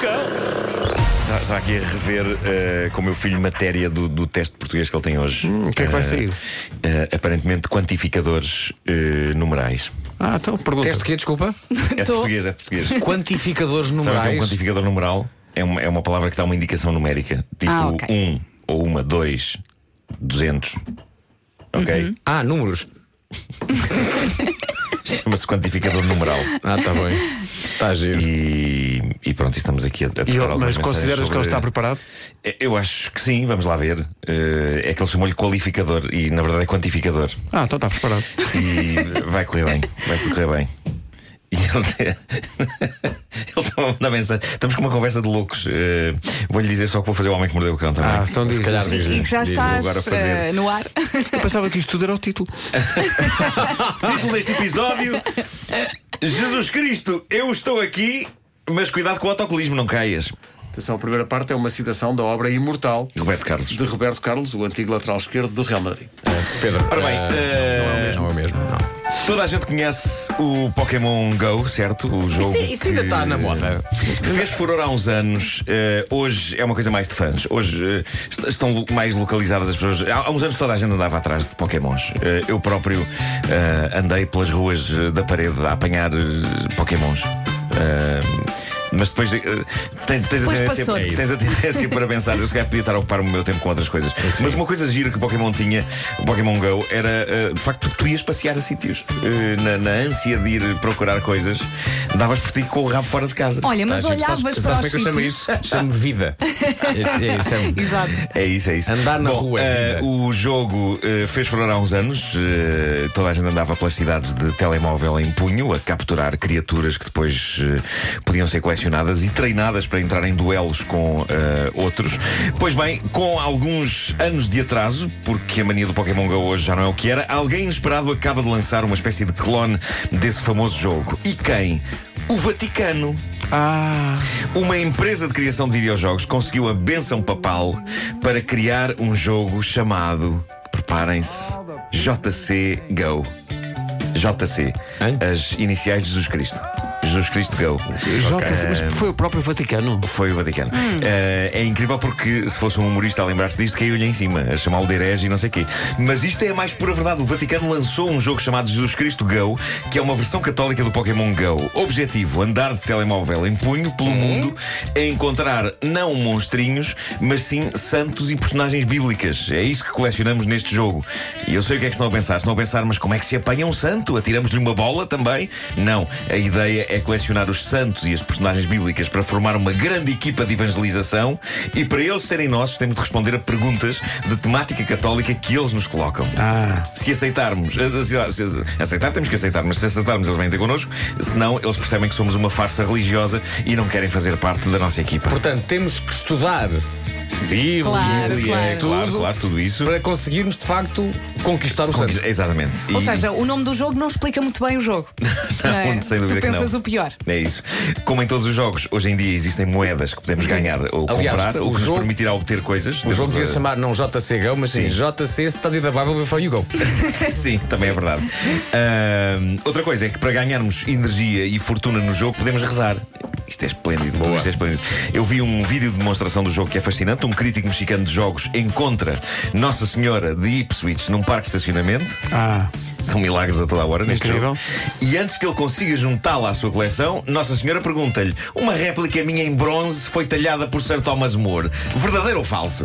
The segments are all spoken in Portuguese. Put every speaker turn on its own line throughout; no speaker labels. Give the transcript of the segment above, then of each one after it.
cão.
Está, está aqui a rever eh, com o meu filho matéria do, do teste de português que ele tem hoje.
o que é que vai
Eh,
sair?
eh, aparentemente quantificadores eh, numerais.
Ah, então pergunta.
Teste que desculpa?
É de português, é de português.
Quantificadores
Sabe o que é um
numerais.
quantificador numeral? É uma, é uma palavra que dá uma indicação numérica. Tipo
Ah, ok.
um ou uma, dois, duzentos. Ok?
Uhum.
Ah, números.
Chama-se quantificador numeral.
Ah, está bem. Está giro.
E, e pronto, estamos aqui a, a
E
trocar
ele-
algumas
mas
mensagens
consideras que
sobre-
ele está preparado?
Eh, Eu acho que sim, vamos lá ver. Eh, é que ele chamou-lhe qualificador e na verdade é quantificador.
Ah, então está preparado.
E vai correr bem, vai tudo correr bem. E ele. ele estava a mandar mensagem. Estamos com uma conversa de loucos. Eh, Vou-lhe dizer só que vou fazer o homem que mordeu o cão também.
Ah, então diz.
Se calhar
diz.
diz.
E que já
Diz-o
estás
agora a fazer.
eh, no ar.
Eu pensava que isto tudo era o título.
Título deste episódio: Jesus Cristo, eu estou aqui, mas cuidado com o autocolismo, não caias.
Atenção, a primeira parte é uma citação da obra Imortal
Roberto Carlos.
de Roberto Carlos, o antigo lateral esquerdo do Real Madrid.
Pedro.
Ora bem,
ah,
eh,
não é o mesmo. Não é o mesmo. Não.
Toda a gente conhece o Pokémon Go, certo? O jogo.
Isso- isso ainda
que-
está Tá na moda.
Fez furor há uns anos. eh, hoje é uma coisa mais de fãs. Hoje eh, est- estão lo- mais localizadas as pessoas. Há, há uns anos toda a gente andava atrás de Pokémons. Eh, eu próprio eh, andei pelas ruas eh, da parede a apanhar eh, Pokémons. Eh, mas depois eh, tens, tens a
Depois
tendência,
passou-te. É
tens a tendência para pensar, eu se calhar podia estar a ocupar o meu tempo com outras coisas.
É
Mas uma coisa gira que o Pokémon tinha, o Pokémon Go, era eh, de facto tu ias passear a sítios. Eh, na, na ânsia de ir procurar coisas, davas por ti com o rabo fora de casa.
Olha, mas
Tá giro.
olhavas
Sabes-
para
Sabes como é que
os
eu chamo
sítios.
isso? Chamo vida. É, é, isso, chamo.
Exato.
É isso, é isso.
Andar na
Bom,
rua é
eh,
vida.
o jogo eh, fez furor há uns anos. eh, toda a gente andava pelas cidades de telemóvel em punho a capturar criaturas que depois eh, podiam ser colecionadas e treinadas para entrar em duelos com eh, outros. Pois bem, com alguns anos de atraso, porque a mania do Pokémon Go hoje já não é o que era, alguém inesperado acaba de lançar uma espécie de clone desse famoso jogo. E quem? O Vaticano.
Ah,
Uma empresa de criação de videojogos conseguiu a benção papal para criar um jogo chamado, preparem-se, JC Go. JC,
Hein?
as iniciais de Jesus Cristo. Jesus Cristo Go.
JC,
Ok.
mas foi o próprio Vaticano.
Foi o Vaticano. Eh, é incrível porque se fosse um humorista a lembrar-se disto, caiu-lhe em cima, a chamá-lo de herege e não sei o quê. Mas isto é a mais pura verdade. O Vaticano lançou um jogo chamado Jesus Cristo Go, que é uma versão católica do Pokémon Go. Objetivo: andar de telemóvel em punho pelo mundo a encontrar não monstrinhos, mas sim santos e personagens bíblicas. É isso que colecionamos neste jogo. E eu sei o que é que estão a pensar. Estão a pensar, mas como é que se apanha um santo? Atiramos-lhe uma bola também? Não. A ideia é colecionar os santos e as personagens bíblicas para formar uma grande equipa de evangelização e para eles serem nossos temos de responder a perguntas de temática católica que eles nos colocam.
Ah.
Se aceitarmos, eh, se- se- se- aceitar temos que aceitar, mas se aceitarmos eles vêm ter connosco, senão eles percebem que somos uma farsa religiosa e não querem fazer parte da nossa equipa.
Portanto, temos que estudar
Bíblia,
Claro, claro.
É claro,
Tudo.
claro, tudo isso.
para conseguirmos, de facto, conquistar o santo.
Conquista- Exatamente.
Ou
E-
seja, o nome do jogo não explica muito bem o jogo. Não, é?
Onde, sem dúvida
tu
que não.
pensas o pior.
É isso. Como em todos os jogos, hoje em dia existem moedas que podemos ganhar ou
Aliás,
comprar, o,
o
que nos
jogo-
permitirá obter coisas.
O
dentro
jogo devia
da-
chamar não JC Go, mas sim, JC Study the Bible Before You Go.
Sim,
assim.
também é verdade. Ahm, outra coisa é que para ganharmos energia e fortuna no jogo podemos rezar. Isto é esplêndido, tudo isto é esplêndido. Eu vi um vídeo de demonstração do jogo que é fascinante. Um crítico mexicano de jogos encontra Nossa Senhora de Ipswich num parque de estacionamento.
Ah,
São milagres a toda a hora neste
Incrível.
jogo. E antes que ele consiga juntá-la à sua coleção, Nossa Senhora pergunta-lhe: Uma réplica minha em bronze foi talhada por Sir Thomas More. Verdadeiro ou falso?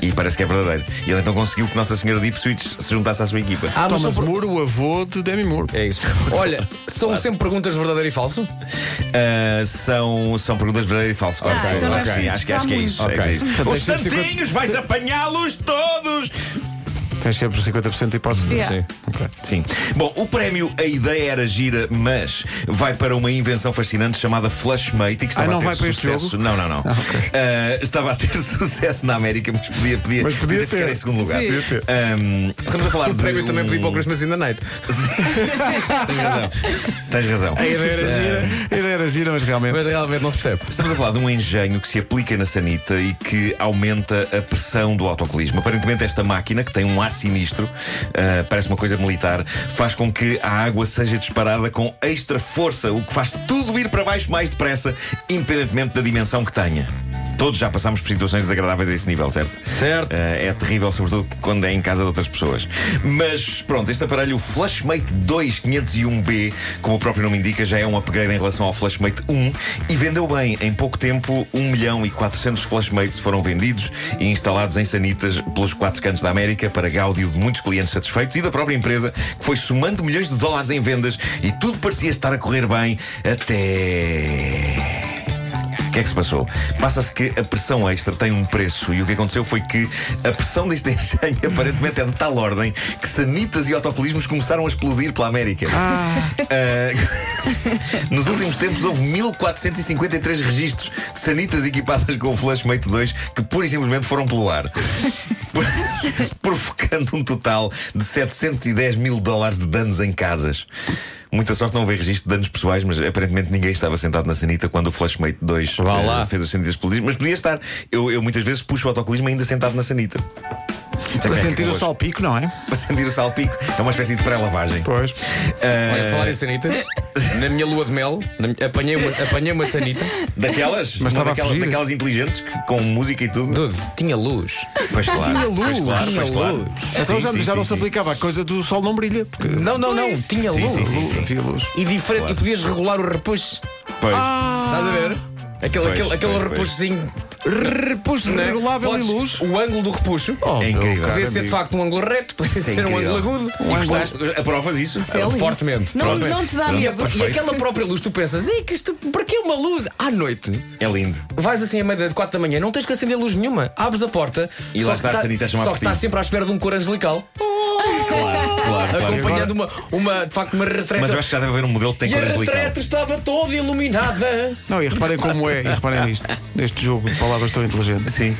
e parece que é verdadeiro. E ele então conseguiu que Nossa Senhora de Ipswich se juntasse à sua equipa.
Ah, mas
Thomas
são per-
Moore, o avô de Demi Moore.
É isso. Olha, são sempre perguntas verdadeiro e falso?
Ah, são, são perguntas verdadeiro e falso. Claro,
Ah, então não é
Ok,
preciso
acho, que, acho que é
estudar
isso.
muito.
acho que é isso.
Ok. Então
Os santinhos, vais apanhá-los todos!
Tens sempre 50% de hipótese. de-
Yeah.
Ok.
Sim. Bom, o prémio, a ideia era gira, mas vai para uma invenção fascinante chamada Flashmate e que estava
Ah, não
a ter
vai para este
sucesso.
jogo?
Não, não, não. Ah, estava a ter sucesso na América, mas podia, podia,
Mas podia
ficar
ter.
em segundo lugar.
Sim. Podia
ter.
Ahm, estamos a falar
O prémio
de
também
um...
pedi para o Christmas in the Night.
Tens razão. Tens razão. Ah,
A ideia era gira, mas realmente.
Mas realmente não se percebe.
Estamos a falar de um engenho que se aplica na sanita e que aumenta a pressão do autocolismo. Aparentemente, esta máquina, que tem um ar sinistro, ah, parece uma coisa militar, faz com que a água seja disparada com extra força, o que faz tudo ir para baixo mais depressa, independentemente da dimensão que tenha. Todos já passámos por situações desagradáveis a esse nível, certo?
Certo.
Ah, é terrível, sobretudo quando é em casa de outras pessoas. Mas pronto, este aparelho, o Flashmate 2501B, como o próprio nome indica, já é um upgrade em relação ao Flashmate 1 e vendeu bem. Em pouco tempo, 1 milhão e 400 Flashmates foram vendidos e instalados em sanitas pelos quatro cantos da América para gáudio de muitos clientes satisfeitos e da própria empresa, que foi somando milhões de dólares em vendas e tudo parecia estar a correr bem até. O que é que se passou? Passa-se que a pressão extra tem um preço e o que aconteceu foi que a pressão deste engenho aparentemente é de tal ordem que sanitas e autocolismos começaram a explodir pela América. Ah, nos últimos tempos houve 1453 registros de sanitas equipadas com o Flashmate 2 que pura e simplesmente foram pelo ar. provocando um total de 710 mil dólares de danos em casas. Muita sorte não houve registro de danos pessoais, mas aparentemente ninguém estava sentado na sanita quando o Flashmate 2
Vá
eh,
lá.
fez as sanitas explodir. Mas podia estar. Eu, eu muitas vezes puxo o autocolismo ainda sentado na sanita. é
Para sentir o
Hoje.
salpico, não é?
Para sentir o salpico. É uma espécie de pré-lavagem.
Pois.
Olha, falar em sanitas, na minha lua de mel, na minha- apanhei, uma, apanhei uma sanita.
Daquelas?
Mas
Não,
estava a
daquelas,
fugir.
daquelas inteligentes que- com música e tudo.
Dude, tinha luz.
Pois claro.
Tinha luz.
Pois claro,
Tinha
pois claro.
luz.
Então
Sim,
já,
sim,
já
sim,
não se
sim.
aplicava a coisa do sol não brilha. Porque
Não, não, não,
Pois.
tinha
Sim,
luz.
sim, sim, sim.
havia luz.
E diferente, e podias regular o repuxo.
Pois.
Estás a ver? Aquele,
Pois,
aquele, aquele
pois, pois.
repuxozinho.
Repuxo
né?
regulável e
Podes-
luz.
O ângulo do repuxo.
É incrível.
Podia
Cara,
ser de facto um ângulo reto, podia
Isso é
ser um
incrível.
ângulo agudo.
E gostaste? Aprovas isso?
É lindo.
fortemente.
Não,
Pronto.
não te dá
Pronto.
E, a-
medo.
e aquela própria luz, tu pensas, Ei, que isto, para que uma luz? À noite,
É lindo.
vais assim à meia de 4 da manhã, não tens que acender luz nenhuma, abres a porta
E
só
lá
que tá-
está a Sanita a chamar
Só
por
que
ti.
estás sempre à espera de um cor angelical,
Claro, claro, claro.
acompanhando uma, uma, de facto, uma retreta.
Mas eu acho que já deve haver um modelo que tem
E a
cores
retreta
ligadas.
estava toda iluminada.
Não, e reparem como é, e reparem nisto, neste jogo de palavras tão inteligente.
Sim,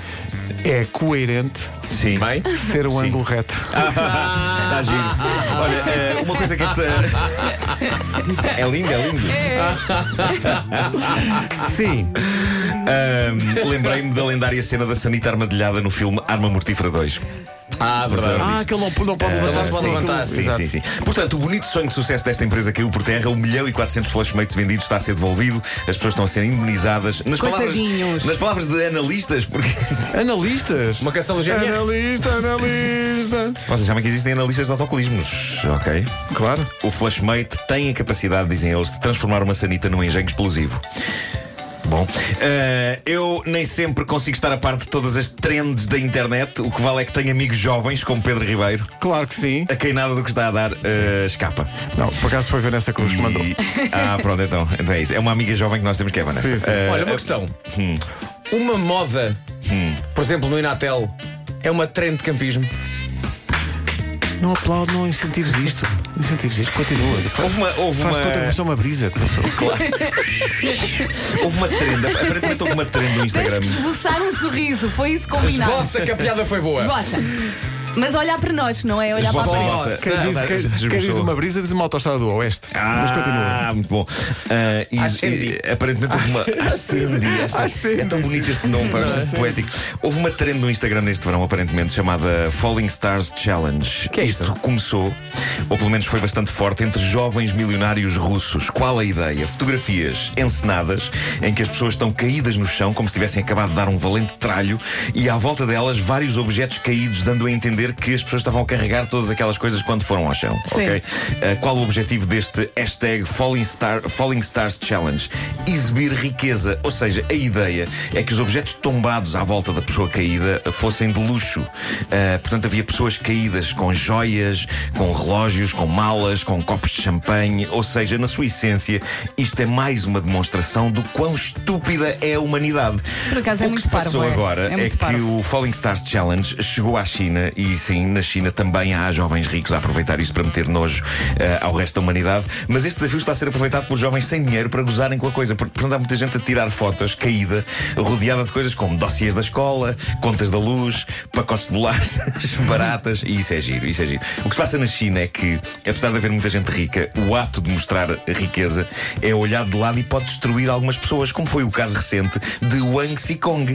É coerente
sim.
Bem,
ser um
Sim.
ângulo reto.
Está giro. Olha, eh, uma coisa que esta. É lindo, é lindo.
Sim.
Ahm, Lembrei-me da lendária cena da Sanita armadilhada no filme Arma Mortífera 2.
ah, verdade.
Ah, aquele não, não pode levantar-se
não pode
sim,
levantar,
aquilo-
Sim,
exato.
sim, sim. Portanto, o bonito sonho de sucesso desta empresa caiu por terra. 1 é milhão e 400 flashmates vendidos está a ser devolvido. As pessoas estão a ser indemnizadas. Nas palavras,
Coitadinhos.
nas palavras de analistas, porque
Analistas.
Uma canção do
É,
GNR.
Analista, analista.
vocês sabem que existem analistas de autocolismos, ok?
Claro.
O flashmate tem a capacidade, dizem eles, de transformar uma sanita num engenho explosivo. Bom, eh, eu nem sempre consigo estar a par de todas as trends da internet. O que vale é que tenho amigos jovens, como Pedro Ribeiro,
Claro que sim.
a quem nada do que está a dar eh, escapa.
Não, por acaso foi Vanessa Cruz que mandou.
E- Ah, pronto, então. então é isso. É uma amiga jovem que nós temos que é Hum. a Vanessa.
Sim, sim.
Eh,
Olha, uma questão. Uma moda, por exemplo, no Inatel, é uma trend de campismo.
Não aplaudo, não incentives isto. Incentives isto, continua. Faz,
houve uma, houve
faz conta que
uma,
foi só uma brisa que passou.
houve uma trend. Aparentemente houve uma trend no
Tens
Instagram.
que esboçar um sorriso, foi isso combinado.
Esboça que a piada foi boa.
Esboça. Mas olhar para nós, não é? Olhar para a
Esboça,
parede.
esboça.
Quem diz, quem-
Esboçou.
quem diz uma brisa diz uma autostrada do Oeste. Mas continua.
Ah, muito bom. Ah, e-
é
Ascendi.
e, aparentemente houve uma. Ascendi.
Ascendi.
É tão bonito esse nome, pá, é poético. Houve uma trend no Instagram neste verão, aparentemente, chamada Falling Stars Challenge.
Que é isso?
Isto começou, ou pelo menos foi bastante forte, entre jovens milionários russos. Qual a ideia? Fotografias encenadas em que as pessoas estão caídas no chão, como se tivessem acabado de dar um valente tralho, e à volta delas vários objetos caídos, dando a entender que as pessoas estavam a carregar todas aquelas coisas quando foram ao chão.
Sim.
ok? Uh, qual o objetivo deste hashtag Falling, Star- Falling Stars Challenge? Exibir riqueza. Ou seja, a ideia é que os objetos tombados à volta da pessoa caída fossem de luxo. Uh, portanto, havia pessoas caídas com joias, com relógios, com malas, com copos de champanhe. Ou seja, na sua essência, isto é mais uma demonstração do quão estúpida é a humanidade.
Por acaso
o
é
que
muito
se passou
parvo, é.
agora
É
é,
muito
que
parvo.
o o Falling Stars Challenge chegou à China e sim, na China também há jovens ricos a aproveitar isto para meter nojo eh, ao resto da humanidade. Mas este desafio está a ser aproveitado por jovens sem dinheiro para gozarem com a coisa, porque portanto, há muita gente a tirar fotos caída, rodeada de coisas como dossiês da escola, contas da luz, pacotes de bolachas baratas, e isso é giro, isso é giro. O que se passa na China é que, apesar de haver muita gente rica, o ato de mostrar riqueza é olhado de lado e pode destruir algumas pessoas, como foi o caso recente de Wang Xikong.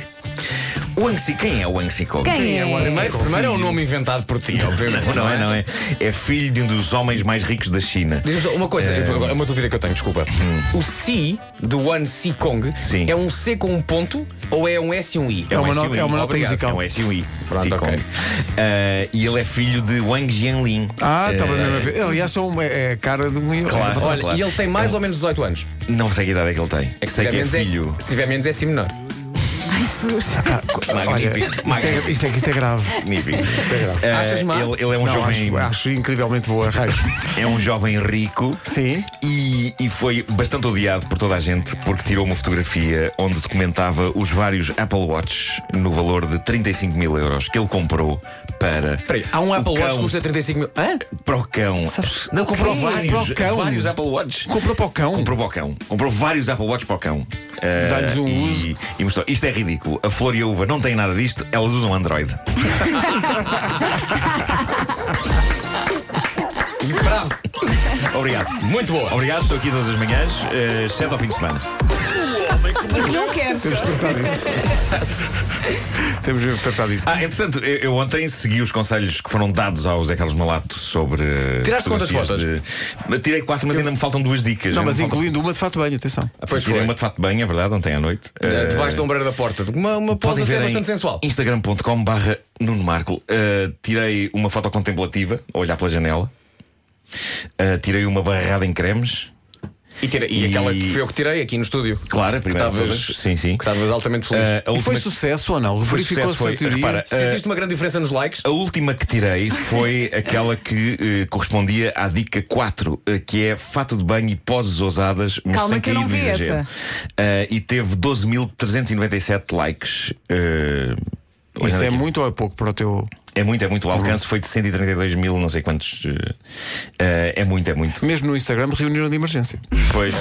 O Anxi, quem é o Anxico?
Quem é?
Primeiro, primeiro é um nome inventado por ti, obviamente.
Não, não é, não é? É filho de um dos homens mais ricos da China.
Diz-me só uma
É.
coisa, agora, uma dúvida que eu tenho, desculpa. O Si do One Si Kong
Hum. Sim.
é um C com um ponto ou é um S e um I?
É uma
um
nota-
SUI.
é uma nota
Obrigado,
musical.
É um SUI.
Pronto,
Sim,
ok.
com- Ah, e ele é filho de Wang Jianlin.
Ah, estava
Eh,
mesmo a ver. Aliás, é uma- é a cara de um.
Claro.
Olha,
claro.
e ele tem mais ou menos 18 anos.
Não sei que idade é que ele tem.
É que se
É um sei
tiver
que é
menos
filho.
se tiver menos é Si menor.
Ai, Jesus.
Olha,
Magnífico.
isto, é, isto é que isto é grave.
Magnífico.
é grave.
Eh,
Achas má?
ele, ele é um
Não,
jovem.
acho, acho incrivelmente boa, raios.
É um jovem rico.
Sim.
E, e foi bastante odiado por toda a gente porque tirou uma fotografia onde documentava os vários Apple Watch no valor de 35 mil euros que ele comprou para.
Peraí, há um
o
Apple Watch
cão-
que custa 35 mil. Hã?
Para o cão.
Sabes-
Não, comprou
Ok, para
vários,
o cão.
vários Apple Watch.
Comprou para o cão.
Comprou para o cão. Comprou vários Apple Watch para o cão. Eh,
Dá-lhes um
e,
uso.
E mostrou. Isto é ridículo. A flor e a uva não têm nada disto, elas usam Android.
E bravo!
Obrigado.
Muito boa!
Obrigado, estou aqui todas as manhãs, eh, exceto ao fim de semana.
Porque não queres.
Temos de tratar disso. Temos de tratar disso.
Ah, entretanto, eu, eu ontem segui os conselhos que foram dados ao Zé Carlos Malato sobre. eh,
Tiraste quantas
fotografias de- Tirei quatro, mas ainda me faltam duas dicas.
Não,
Ainda
mas
me faltam-
incluindo uma de fato bem, atenção.
Ah, Pois
Tirei
foi.
uma de fato bem, é verdade, ontem à noite.
Eh,
Eh,
Debaixo da ombreira da porta. Uma, uma pose
Podem
até
ver
bastante
em
sensual.
instagram.com barra Nuno Marco Uh, Tirei uma foto contemplativa A olhar pela janela Uh, Tirei uma barrada em cremes
E, tira- e
E-
aquela que foi eu que tirei aqui no estúdio.
Claro, a
Que
primeira
estavas,
vez Sim, sim
que estavas altamente feliz.
Uh, a
E foi
última,
sucesso ou não?
Foi
Verificou-se
sucesso, foi.
a teoria.
Repara,
Sentiste uma grande diferença nos likes?
a última que tirei foi aquela que eh, correspondia à dica 4 eh, Que é fato de banho e poses ousadas Mas
Calma
sem
que eu
cair
não
no
vi
exagero
essa.
Uh, E teve 12.397 likes uh,
Isso
olhando
é
aqui.
muito Uhum. ou é pouco para o teu.
É muito, é muito. O alcance foi de 132 mil, não sei quantos. eh, eh, é muito, é muito.
Mesmo no Instagram, reuniram de emergência.
Pois.